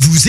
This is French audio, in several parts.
Vous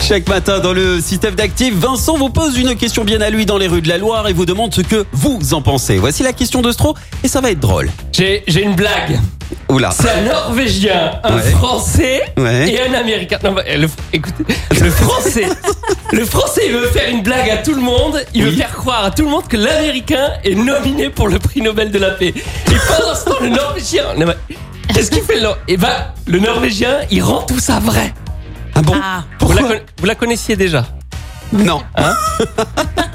Chaque matin dans le système d'actifs, Vincent vous pose une question bien à lui dans les rues de la Loire et vous demande ce que vous en pensez. Voici la question de Stro et ça va être drôle. J'ai, j'ai une blague. Oula. C'est un Norvégien, un Ouais. Français Ouais. et un Américain. Non, bah, le- écoutez, le Français, le Français, il veut faire une blague à tout le monde. Il veut Oui. faire croire à tout le monde que l'Américain est nominé pour le prix Nobel de la paix. Et pendant ce temps, le Norvégien. non, mais Qu'est-ce qu'il fait là Eh ben, le Norvégien, il rend tout ça vrai. Ah bon Vous la, Pourquoi con- vous la connaissiez déjà Non.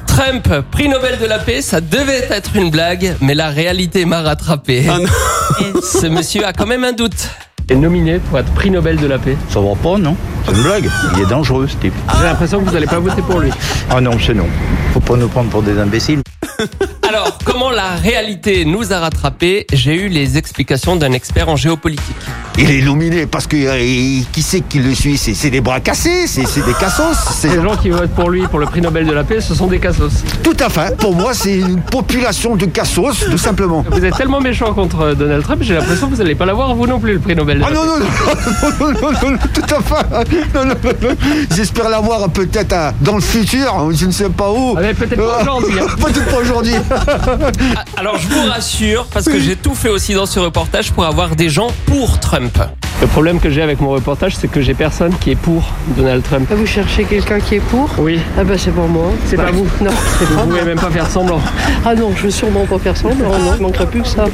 Trump, prix Nobel de la paix, ça devait être une blague, mais la réalité m'a rattrapé. Ah non. Ce monsieur a quand même un doute. Est nominé pour être prix Nobel de la paix. Ça va pas, non C'est une blague. Il est dangereux, ce type. J'ai l'impression que vous n'allez pas voter pour lui. Ah non, c'est non. Faut pas nous prendre pour des imbéciles. Alors, comment la réalité nous a rattrapés J'ai eu les explications d'un expert en géopolitique. Il est illuminé parce que euh, il- qui c'est qui le suit C'est c'est des bras cassés, c'est c'est des cassos. c'est- gens qui votent pour lui pour le prix Nobel de la paix, ce sont des cassos. Tout à fait. Pour moi, c'est une population de cassos, tout simplement. Vous êtes tellement méchant contre euh, Donald Trump, j'ai l'impression que vous n'allez pas l'avoir vous non plus le prix Nobel de Ah non, non, non, non, non, non, non, tout à fait. Non, non, non, non. J'espère l'avoir peut-être euh, dans le futur, je ne sais pas où. Ah, peut-être hein. Euh, Peut-être pas aujourd'hui. Alors je vous rassure, parce que j'ai tout fait aussi dans ce reportage pour avoir des gens pour Trump. Le problème que j'ai avec mon reportage, c'est que j'ai personne qui est pour Donald Trump. Ah, Vous cherchez quelqu'un qui est pour Oui, Ah bah c'est pas moi. C'est pas vous. Non, c'est pas moi. même pas faire semblant. Ah non, je veux sûrement pas faire semblant. Non, il manquerait plus que ça.